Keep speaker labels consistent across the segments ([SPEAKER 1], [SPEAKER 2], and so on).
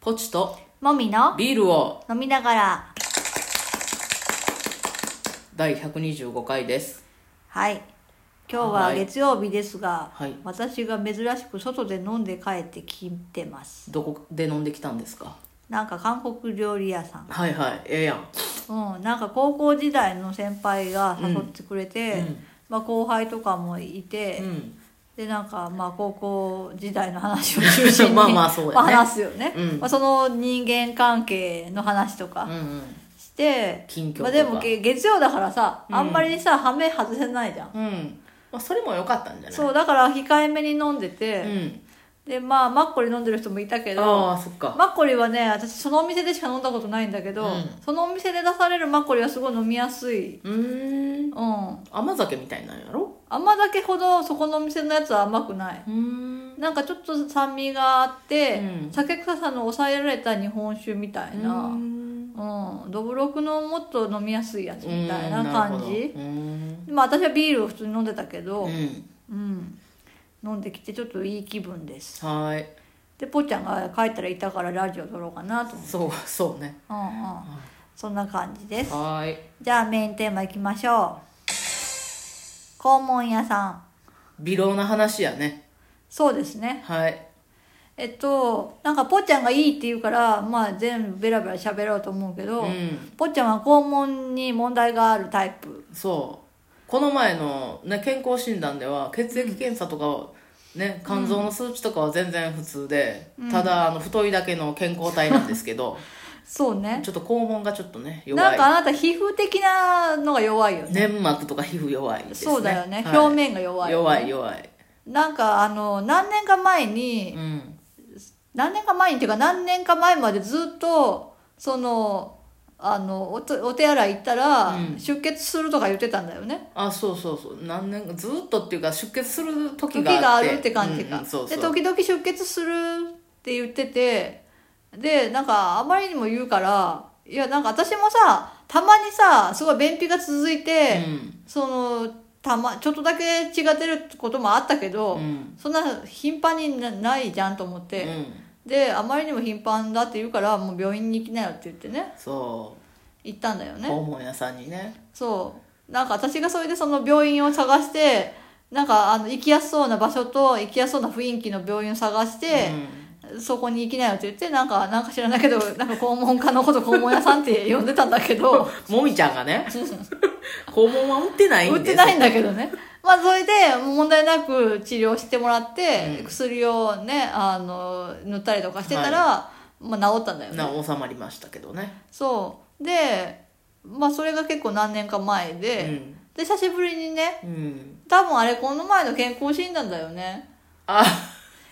[SPEAKER 1] ポチと
[SPEAKER 2] もみの
[SPEAKER 1] ビールを
[SPEAKER 2] 飲みながら
[SPEAKER 1] 第125回です
[SPEAKER 2] はい今日
[SPEAKER 1] は
[SPEAKER 2] はい月曜日ですが、
[SPEAKER 1] はい
[SPEAKER 2] 私が珍しく外で飲んで帰ってきてます
[SPEAKER 1] どこで飲んできたんですか
[SPEAKER 2] なんか韓国料理屋さん
[SPEAKER 1] はいはいええやん
[SPEAKER 2] うんなんか高校時代の先輩が誘ってくれて、
[SPEAKER 1] うん
[SPEAKER 2] まあ、後輩とかもいて、
[SPEAKER 1] うん
[SPEAKER 2] でなんかまあ高校時代の話を中心 に
[SPEAKER 1] まあまあそうやね
[SPEAKER 2] まあ話すよね、
[SPEAKER 1] うん
[SPEAKER 2] まあ、その人間関係の話と
[SPEAKER 1] うん
[SPEAKER 2] か
[SPEAKER 1] うん
[SPEAKER 2] して、
[SPEAKER 1] 近況とか
[SPEAKER 2] まあ、でもけ月曜だからさ、
[SPEAKER 1] うん
[SPEAKER 2] あんまりさハメ外せないじゃん、
[SPEAKER 1] うんまあそれも良かったんじゃない
[SPEAKER 2] そうだから控えめに飲んでて、
[SPEAKER 1] うん
[SPEAKER 2] でまあマッコリ飲んでる人もいたけど
[SPEAKER 1] ああそっか
[SPEAKER 2] マッコリはね私そのお店でしか飲んだことないんだけど、
[SPEAKER 1] うん
[SPEAKER 2] そのお店で出されるマッコリはすごい飲みやすいう
[SPEAKER 1] ーん
[SPEAKER 2] うん
[SPEAKER 1] 甘酒みたいなんやろ
[SPEAKER 2] 甘酒ほどそこのお店のやつは甘くない
[SPEAKER 1] うん
[SPEAKER 2] なんかちょっと酸味があって、
[SPEAKER 1] うん
[SPEAKER 2] 酒臭さの抑えられた日本酒みたいな、うん
[SPEAKER 1] み
[SPEAKER 2] どぶろくのもっと飲みやすいやつみたいな感じ
[SPEAKER 1] うん
[SPEAKER 2] まあ私はビールを普通に飲んでたけど、
[SPEAKER 1] う
[SPEAKER 2] うん
[SPEAKER 1] ん
[SPEAKER 2] 飲んできてちょっといい気分です
[SPEAKER 1] はい
[SPEAKER 2] でぽっちゃんが帰ったらいたからラジオ撮ろうかなと思って
[SPEAKER 1] そうそうね
[SPEAKER 2] うんうんそんな感じです
[SPEAKER 1] はい
[SPEAKER 2] じゃあメインテーマいきましょう肛門屋さん
[SPEAKER 1] 微量な話やね
[SPEAKER 2] そうですね
[SPEAKER 1] はい
[SPEAKER 2] えっとなんかぽっちゃんがいいって言うからまあ全部ベラベラ喋ろうと思うけど、
[SPEAKER 1] うん
[SPEAKER 2] ぽっちゃんは肛門に問題があるタイプ
[SPEAKER 1] そうこの前の、ね、健康診断では血液検査とかは、ね、肝臓の数値とかは全然普通で、ただあの太いだけの健康体なんですけど
[SPEAKER 2] そう ね
[SPEAKER 1] ちょっと肛門がちょっとね弱
[SPEAKER 2] ないんかあなた皮膚的なのが弱いよね
[SPEAKER 1] 粘膜とか皮膚弱いです、ね、
[SPEAKER 2] そうだよね、
[SPEAKER 1] はい
[SPEAKER 2] 表面が弱いよね、
[SPEAKER 1] 弱い弱い、
[SPEAKER 2] なんかあの何年か前に、
[SPEAKER 1] うん、
[SPEAKER 2] 何年か前にっていうか何年か前までずっとそのあのおとお手洗い行ったら、
[SPEAKER 1] うん
[SPEAKER 2] 出血するとか言ってたんだよね
[SPEAKER 1] あそうそうそう何年かずっとっていうか出血する時
[SPEAKER 2] 時
[SPEAKER 1] があって
[SPEAKER 2] があるって感じか、
[SPEAKER 1] うんうんそうそう
[SPEAKER 2] で時々出血するって言っててでなんかあまりにも言うからいやなんか私もさたまにさすごい便秘が続いて、
[SPEAKER 1] うん
[SPEAKER 2] そのたまちょっとだけ血が出ることもあったけど、
[SPEAKER 1] うん
[SPEAKER 2] そんな頻繁になないじゃんと思っ
[SPEAKER 1] う
[SPEAKER 2] て、
[SPEAKER 1] ん、
[SPEAKER 2] であまりにも頻繁だって言うからもう病院に行きなよって言ってね
[SPEAKER 1] そ
[SPEAKER 2] 行ったんだよ
[SPEAKER 1] う
[SPEAKER 2] ね
[SPEAKER 1] 肛門屋さんにね
[SPEAKER 2] そうなんか私がそれでその病院を探してなんかあの行きやすそうな場所と行きやすそうな雰囲気の病院を探して、そこに行きなよって言ってなんかなんか知らないけどなんか肛門科のこと肛門屋さんって呼んでたんだけど
[SPEAKER 1] うん、もみちゃんがね肛門は打って ないんです
[SPEAKER 2] 売ってないんだけどねまあそれで問題なく治療してもらって、薬をねあの塗ったりとかしてたら、まあ、治ったんだよね
[SPEAKER 1] な収まりましたけどね、
[SPEAKER 2] そうでまあそれが結構何年か前で、で久しぶりにね
[SPEAKER 1] うん、うん、
[SPEAKER 2] 多分あれこの前の健康診断だよね
[SPEAKER 1] あ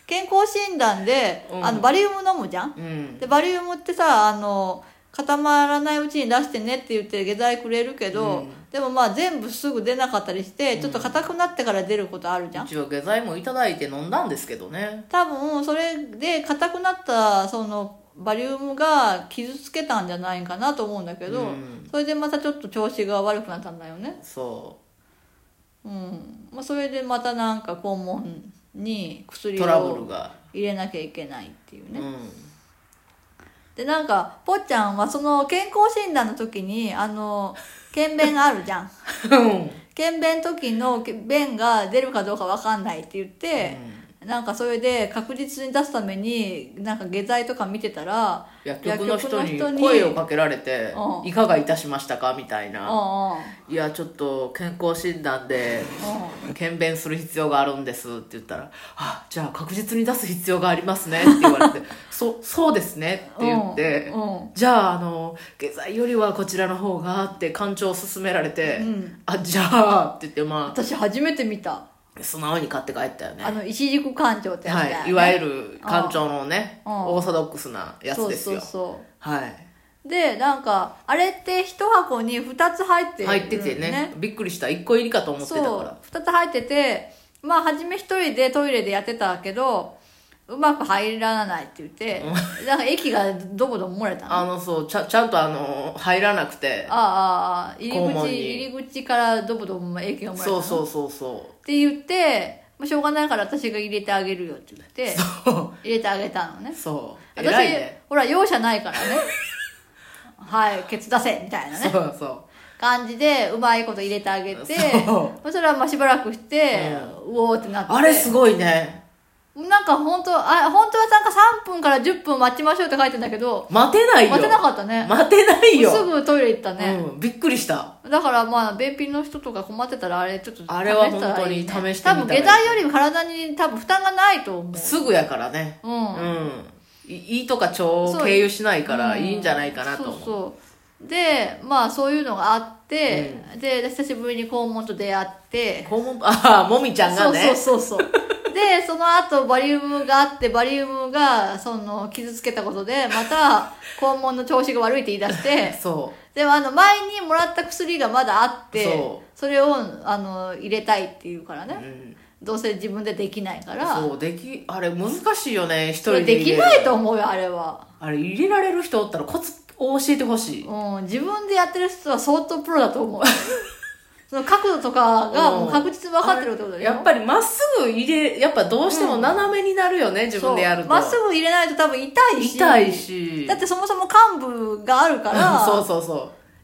[SPEAKER 2] 健康診断で、
[SPEAKER 1] うん
[SPEAKER 2] あのバリウム飲むじゃん
[SPEAKER 1] うん
[SPEAKER 2] でバリウムってさあの固まらないうちに出してねって言って下剤くれるけど、
[SPEAKER 1] うん
[SPEAKER 2] でもまあ全部すぐ出なかったりしてちょっと硬くなってから出ることあるじゃん、
[SPEAKER 1] 一応下剤もいただいて飲んだんですけどね
[SPEAKER 2] 多分それで硬くなったそのバリウムが傷つけたんじゃないかなと思うんだけど、
[SPEAKER 1] うん
[SPEAKER 2] それでまたちょっと調子が悪くなったんだよね
[SPEAKER 1] そ
[SPEAKER 2] うん、まあ、それでまたなんか肛門に
[SPEAKER 1] う
[SPEAKER 2] 薬
[SPEAKER 1] トラブル
[SPEAKER 2] を
[SPEAKER 1] が、
[SPEAKER 2] 入れなきゃいけないっていうね、
[SPEAKER 1] う
[SPEAKER 2] でなんかぽっちゃんはその健康診断の時にあの検便があるじゃん
[SPEAKER 1] ん
[SPEAKER 2] 検便の時の便が出るかどうかわかんないって言って、なんかそれで確実に出すためになんか下剤とか見てたら
[SPEAKER 1] 薬局の人
[SPEAKER 2] 薬
[SPEAKER 1] に
[SPEAKER 2] 局の人に
[SPEAKER 1] 声をかけられて「
[SPEAKER 2] うん
[SPEAKER 1] いかがいたしましたか?」みたい
[SPEAKER 2] うん
[SPEAKER 1] な
[SPEAKER 2] うん
[SPEAKER 1] 「いやちょっと健康診断で
[SPEAKER 2] うん
[SPEAKER 1] 検便する必要があるんです」って言ったら「あじゃあ確実に出す必要がありますね」って言われて「そそう ですね」って言って
[SPEAKER 2] うんうん
[SPEAKER 1] じゃああの下剤よりはこちらの方がって館長を勧められて、
[SPEAKER 2] うん
[SPEAKER 1] あじゃあって言ってま
[SPEAKER 2] 私初めて見た
[SPEAKER 1] あ素直に買って帰ったよね
[SPEAKER 2] あの一軸館長ってやつだよね、
[SPEAKER 1] はい、いわゆる館長のね
[SPEAKER 2] うん
[SPEAKER 1] オーソドックスなやつですよ
[SPEAKER 2] そうそうそう
[SPEAKER 1] はい
[SPEAKER 2] でなんかあれって一箱に2つ入ってる
[SPEAKER 1] 入っててねびっくりした1個入りかと思って
[SPEAKER 2] そ
[SPEAKER 1] た
[SPEAKER 2] う
[SPEAKER 1] から
[SPEAKER 2] 2つ入っててまあ初め一人でトイレでやってたけどうまく入らないって言って、なんか液がどこどこ漏れたのあ
[SPEAKER 1] あのそうちゃちゃんとあの入らなくて
[SPEAKER 2] あああ入り
[SPEAKER 1] 肛門
[SPEAKER 2] 口
[SPEAKER 1] に
[SPEAKER 2] 入り口からどこどこ液が漏れたの
[SPEAKER 1] そうそうそうそ
[SPEAKER 2] って言ってもうしょうがないから私が入れてあげるよって言って
[SPEAKER 1] そう
[SPEAKER 2] 入れてあげたのね
[SPEAKER 1] そう
[SPEAKER 2] 私、
[SPEAKER 1] 偉いね
[SPEAKER 2] ほら容赦ないからね はいケツ出せみたいなね
[SPEAKER 1] そうそう
[SPEAKER 2] 感じでうまいこと入れてあげて
[SPEAKER 1] そ
[SPEAKER 2] そしたらまあしばらくして、うおーってなって
[SPEAKER 1] あれすごいね
[SPEAKER 2] なんか本当あ本当はなんか3分から10分待ちましょうって書いてんだけど
[SPEAKER 1] 待てないよ
[SPEAKER 2] 待てなかったね
[SPEAKER 1] 待てないよ
[SPEAKER 2] すぐトイレ行ったね、
[SPEAKER 1] うん、びっくりした
[SPEAKER 2] だからまあ便秘の人とか困ってたらあれちょっと試した
[SPEAKER 1] あ
[SPEAKER 2] らい
[SPEAKER 1] れ
[SPEAKER 2] い、ね、
[SPEAKER 1] は本当に試してみたらいい
[SPEAKER 2] 多分下剤よりも体に多分負担がないと思う
[SPEAKER 1] すぐやからね
[SPEAKER 2] う、
[SPEAKER 1] うんん胃、とか腸を
[SPEAKER 2] そう
[SPEAKER 1] 経由しないから
[SPEAKER 2] うん
[SPEAKER 1] いいんじゃないかなと思う,、
[SPEAKER 2] そうそうでまあそういうのがあって、で久しぶりに肛門と出会って
[SPEAKER 1] 肛門 ああもみちゃんがね
[SPEAKER 2] そうそうそうそうでその後バリウムがあってバリウムがその傷つけたことでまた肛門の調子が悪いって言い出して
[SPEAKER 1] そ
[SPEAKER 2] でもあの前にもらった薬がまだあって
[SPEAKER 1] そ
[SPEAKER 2] れをあの入れたいっていうからね
[SPEAKER 1] う、うん、
[SPEAKER 2] どうせ自分でできないから
[SPEAKER 1] そうできあれ難しいよね一
[SPEAKER 2] そ
[SPEAKER 1] 人
[SPEAKER 2] れ
[SPEAKER 1] で
[SPEAKER 2] で
[SPEAKER 1] 入れ
[SPEAKER 2] き
[SPEAKER 1] る
[SPEAKER 2] ないと思うよあれは、
[SPEAKER 1] あれ入れられる人おったらコツを教えてほしい
[SPEAKER 2] うん、自分でやってる人は相当プロだと思う その角度とかがもう確実に分かってるってことでしょ
[SPEAKER 1] やっぱりまっすぐ入れやっぱどうしても斜めになるよね、自分でやると
[SPEAKER 2] そうまっすぐ入れないと多分痛いし
[SPEAKER 1] 痛いし
[SPEAKER 2] だってそもそも幹部があるか
[SPEAKER 1] う
[SPEAKER 2] ら
[SPEAKER 1] ん そうそうそ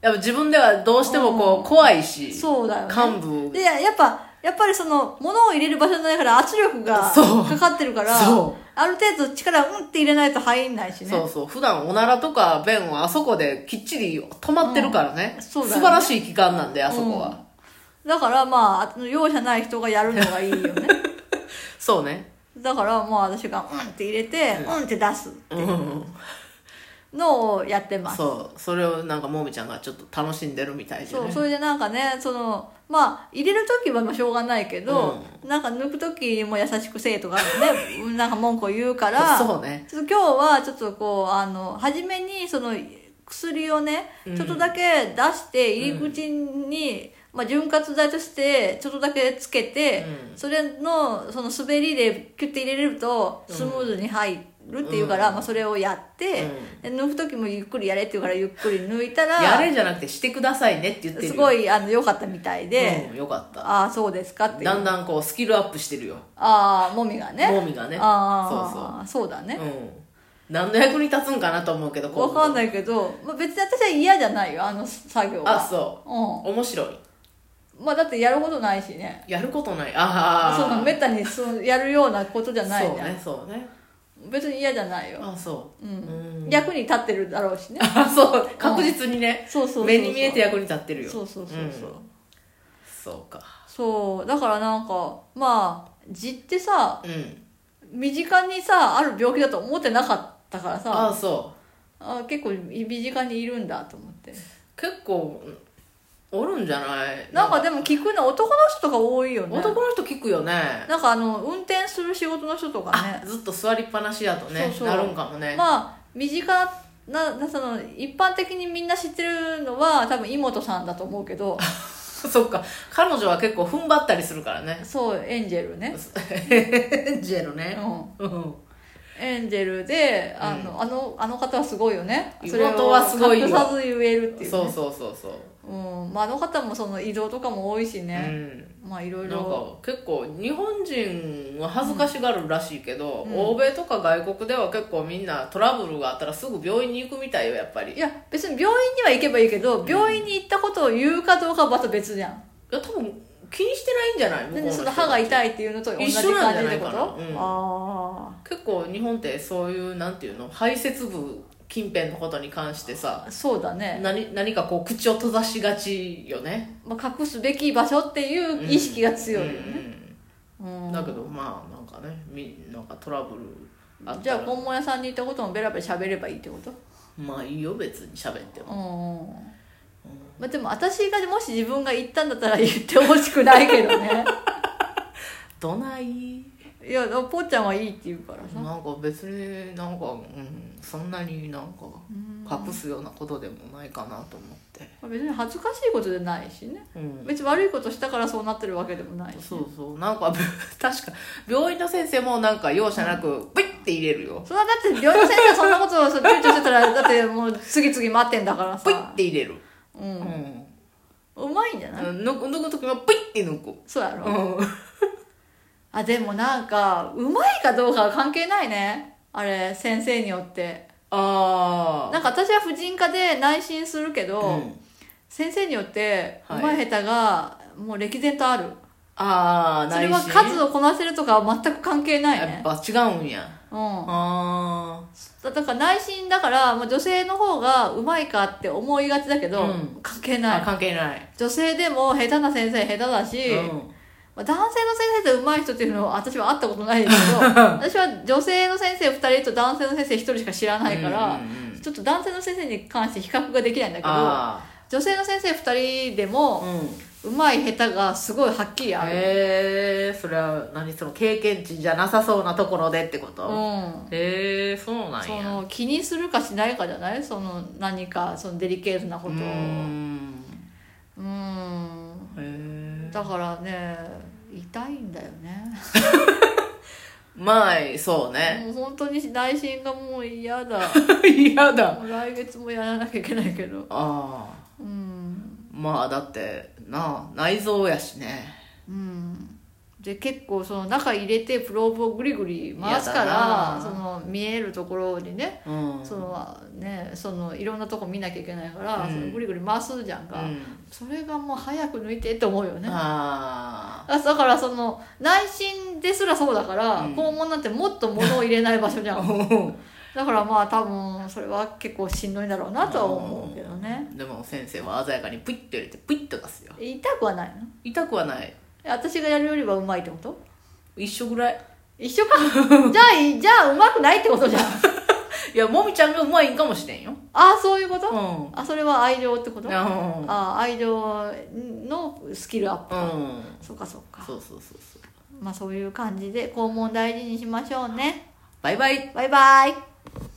[SPEAKER 1] うやっぱ自分ではどうしてもこう怖いし、
[SPEAKER 2] そうだよね
[SPEAKER 1] 幹部
[SPEAKER 2] でやっぱやっぱりその物を入れる場所の中で圧力が
[SPEAKER 1] そう
[SPEAKER 2] かかってるから
[SPEAKER 1] そ
[SPEAKER 2] ある程度力をうんって入れないと入んないしね
[SPEAKER 1] そうそう普段おならとか便はあそこできっちり止まってるからね,、
[SPEAKER 2] うんそうだよね
[SPEAKER 1] 素晴らしい期間なんであそこは、
[SPEAKER 2] だからまああの容赦ない人がやるのがいいよね
[SPEAKER 1] そうね
[SPEAKER 2] だからまあ私がうんって入れてうんって出す
[SPEAKER 1] うん
[SPEAKER 2] のをやってます
[SPEAKER 1] そうそれをなんかもみちゃんがちょっと楽しんでるみたいで
[SPEAKER 2] そ
[SPEAKER 1] ね
[SPEAKER 2] うそれでなんかねそのまあ入れる時はまあしょうがないけど、なんか抜く時も優しくせえとかね うんなんか文句を言うから
[SPEAKER 1] そうね
[SPEAKER 2] ちょっと今日はちょっとこうあの初めにその薬をねちょっとだけ出して入り口に、まあ、潤滑剤としてちょっとだけつけて、それのその滑りでキュッて入れるとスムーズに入るっていうから、まあ、それをやって、で抜く時もゆっくりやれって言うからゆっくり抜いたら
[SPEAKER 1] やれじゃなくてしてくださいねって言ってる
[SPEAKER 2] す
[SPEAKER 1] よ
[SPEAKER 2] ごいあの良かったみたいで、
[SPEAKER 1] うん、よかった
[SPEAKER 2] ああそうですかっていう
[SPEAKER 1] だんだんこうスキルアップしてるよ
[SPEAKER 2] ああもみがね
[SPEAKER 1] もみがね
[SPEAKER 2] ああそうだね、
[SPEAKER 1] うん何の役に立つんかなと思うけど
[SPEAKER 2] わかん
[SPEAKER 1] い
[SPEAKER 2] ないけど、まあ、別に私は嫌じゃないよあの作業は
[SPEAKER 1] あそう
[SPEAKER 2] う
[SPEAKER 1] 面白い
[SPEAKER 2] んまあだってやることないしね
[SPEAKER 1] やることないああ
[SPEAKER 2] そのめったにそうやるようなことじゃない
[SPEAKER 1] そう
[SPEAKER 2] じゃん、
[SPEAKER 1] ねそうね
[SPEAKER 2] 別に嫌じゃないよ、
[SPEAKER 1] あそう
[SPEAKER 2] うん
[SPEAKER 1] うん
[SPEAKER 2] 役に立ってるだろうしね
[SPEAKER 1] あそう確実にね
[SPEAKER 2] そうそうそうそう
[SPEAKER 1] 目に見えて役に立ってるよ
[SPEAKER 2] そうそうそうそう、
[SPEAKER 1] んそうか
[SPEAKER 2] そうだからなんかまあ痔ってさ
[SPEAKER 1] うん
[SPEAKER 2] 身近にさある病気だと思ってなかったからさ
[SPEAKER 1] あそ
[SPEAKER 2] あ結構身近にいるんだと思って
[SPEAKER 1] う結構うんおるんじゃない
[SPEAKER 2] なんかでも聞くの男の人とか多いよね
[SPEAKER 1] 男の人聞くよね
[SPEAKER 2] なんかあの運転する仕事の人とかね
[SPEAKER 1] あずっと座りっぱなしやとね
[SPEAKER 2] そうそう
[SPEAKER 1] なるんかもね
[SPEAKER 2] まあ身近ななその一般的にみんな知ってるのは多分妹さんだと思うけど
[SPEAKER 1] そっか彼女は結構踏ん張ったりするから ね
[SPEAKER 2] そうエンジェルね、
[SPEAKER 1] エンジェル
[SPEAKER 2] う
[SPEAKER 1] ね
[SPEAKER 2] ん、
[SPEAKER 1] うん
[SPEAKER 2] エンジェルであの,、あのあの方はすごいよねそれを
[SPEAKER 1] 妹はすごいよ
[SPEAKER 2] 隠さず言えるっていう,、ね
[SPEAKER 1] そうそうそうそう
[SPEAKER 2] うんまあ、あの方もその移動とかも多いし
[SPEAKER 1] う
[SPEAKER 2] ね、
[SPEAKER 1] ん
[SPEAKER 2] まあいろい
[SPEAKER 1] なん
[SPEAKER 2] ろ
[SPEAKER 1] か結構日本人は恥ずかしがるらしいけど、
[SPEAKER 2] うん
[SPEAKER 1] 欧米とか外国では結構みんなトラブルがあったらすぐ病院に行くみたいよやっぱりい
[SPEAKER 2] い
[SPEAKER 1] や
[SPEAKER 2] や別に病院には行けばいいけど、病院に行ったことを言うかどうかはまた別じゃん
[SPEAKER 1] 多分気にしてないんじゃない向こう
[SPEAKER 2] 全
[SPEAKER 1] の
[SPEAKER 2] 然
[SPEAKER 1] 人
[SPEAKER 2] その歯が痛いっていうのと同じ感
[SPEAKER 1] 一緒なんじ
[SPEAKER 2] じ
[SPEAKER 1] ゃ
[SPEAKER 2] っ
[SPEAKER 1] な
[SPEAKER 2] て
[SPEAKER 1] い
[SPEAKER 2] こ
[SPEAKER 1] かな
[SPEAKER 2] と、
[SPEAKER 1] うん
[SPEAKER 2] あ
[SPEAKER 1] 結構日本ってそういうなんていうの排泄部近辺のことに関してさ
[SPEAKER 2] あそうだね
[SPEAKER 1] 何何かこう口を閉ざしがちよね
[SPEAKER 2] まあ、隠すべき場所っていう意識が強いよね、
[SPEAKER 1] うん
[SPEAKER 2] うん
[SPEAKER 1] だけどまあなんかねみなんかトラブルあっ
[SPEAKER 2] じゃ
[SPEAKER 1] た
[SPEAKER 2] あ
[SPEAKER 1] ら
[SPEAKER 2] 肛門屋さんに行ったこともベラベラ喋ればいいってこと
[SPEAKER 1] まあいいよ別に喋っても
[SPEAKER 2] うん、まあ、でも私がもし自分が行ったんだったら言ってほしくないけど ね
[SPEAKER 1] どない
[SPEAKER 2] いやぽっちゃんはいいって言うからさ、
[SPEAKER 1] なんか別になんか、うん、そんなになんか隠すようなことでもないかなと思って、
[SPEAKER 2] まあ別に恥ずかしいことじゃないしね
[SPEAKER 1] うん、
[SPEAKER 2] 別に悪いことしたからそうなってるわけでもないしね、
[SPEAKER 1] そうそうなんか 確か病院の先生もなんか容赦なくピッて入れるよ
[SPEAKER 2] それはだって病院の先生がそんなことをそう躊躇してたらだってもう次々待ってんだから
[SPEAKER 1] ピッ
[SPEAKER 2] さ、
[SPEAKER 1] て入れる、
[SPEAKER 2] う
[SPEAKER 1] うん
[SPEAKER 2] ん、うまいんじゃない、
[SPEAKER 1] 抜く抜く時もピッて抜く、
[SPEAKER 2] そうやろ、
[SPEAKER 1] うん、
[SPEAKER 2] あでもなんかうまいかどうかは関係ないねあれ先生によって
[SPEAKER 1] あ
[SPEAKER 2] なんか私は婦人科で内診するけ
[SPEAKER 1] あ
[SPEAKER 2] ど、
[SPEAKER 1] うん
[SPEAKER 2] 先生によってう
[SPEAKER 1] はい
[SPEAKER 2] まい下手がもう歴然とある、
[SPEAKER 1] ああ
[SPEAKER 2] それは数をこなせるとかは全く関係ない
[SPEAKER 1] やっ
[SPEAKER 2] ね
[SPEAKER 1] ぱ違うんや
[SPEAKER 2] うん
[SPEAKER 1] あ
[SPEAKER 2] だだから内心だから、まあ、女性の方がうまいかって思いがちだけど、
[SPEAKER 1] うん
[SPEAKER 2] 関係
[SPEAKER 1] ー
[SPEAKER 2] な
[SPEAKER 1] あ
[SPEAKER 2] い
[SPEAKER 1] 関係ない、
[SPEAKER 2] 女性でも下手な先生下手だし、
[SPEAKER 1] うん
[SPEAKER 2] まあ、男性の先生で上手い人っていうのは私は会ったことないで すけど私は女性の先生2人と男性の先生1人しか知らないから、
[SPEAKER 1] うんうんうん
[SPEAKER 2] ちょっと男性の先生に関して比較ができないんだけど
[SPEAKER 1] あ
[SPEAKER 2] 女性の先生2人で
[SPEAKER 1] あう
[SPEAKER 2] も
[SPEAKER 1] ん
[SPEAKER 2] 上手い下手がすごいはっきりある、
[SPEAKER 1] へえそれは何その経験値じゃなさそうなところでってこと、
[SPEAKER 2] うん
[SPEAKER 1] へえそうなん
[SPEAKER 2] そ
[SPEAKER 1] や
[SPEAKER 2] の気にするかしないかじゃないその何かそのデリケートなことを
[SPEAKER 1] うー
[SPEAKER 2] うんん
[SPEAKER 1] へえ
[SPEAKER 2] だからね痛いんだよね
[SPEAKER 1] まあそうね
[SPEAKER 2] もう本当に内心がもう嫌だ
[SPEAKER 1] 嫌だ
[SPEAKER 2] もう来月もやらなきゃいけないけど
[SPEAKER 1] ああ
[SPEAKER 2] うん
[SPEAKER 1] まあだってなあ内臓やしね
[SPEAKER 2] うんで結構その中入れてプローブをぐりぐり回すか
[SPEAKER 1] 嫌だ
[SPEAKER 2] ら
[SPEAKER 1] な
[SPEAKER 2] その見えるところにね
[SPEAKER 1] うん
[SPEAKER 2] そのねそのいろんなとこ見なきゃいけないから、
[SPEAKER 1] うん
[SPEAKER 2] そのぐりぐり回すじゃんか、
[SPEAKER 1] うん
[SPEAKER 2] それがもう早く抜いてって思うよね
[SPEAKER 1] あ
[SPEAKER 2] あだからその内心ですらそうだから、
[SPEAKER 1] うん
[SPEAKER 2] 肛門なんてもっと物を入れない場所じゃ
[SPEAKER 1] あ
[SPEAKER 2] んだからまあ多分それは結構しんどいんだろうなとは思うけどね
[SPEAKER 1] でも先生は鮮やかにプイッと入れてプイッと出すよ
[SPEAKER 2] 痛くはないの
[SPEAKER 1] 痛くはない
[SPEAKER 2] え私がやるよりはうまいってこと
[SPEAKER 1] 一緒ぐらい
[SPEAKER 2] 一緒 かじゃあいじゃあうまくないってことじゃん
[SPEAKER 1] いやもみちゃんがうまいんかもしれんよ
[SPEAKER 2] あそういうこと、
[SPEAKER 1] う
[SPEAKER 2] あそれは愛情ってこと
[SPEAKER 1] ん
[SPEAKER 2] あ
[SPEAKER 1] あ
[SPEAKER 2] 愛情のスキルアップ
[SPEAKER 1] う
[SPEAKER 2] か、
[SPEAKER 1] ん
[SPEAKER 2] そうかそうか
[SPEAKER 1] そうそうそうそう
[SPEAKER 2] まあそういう感じで肛門大事にしましょうね
[SPEAKER 1] バイバイ
[SPEAKER 2] バイバイ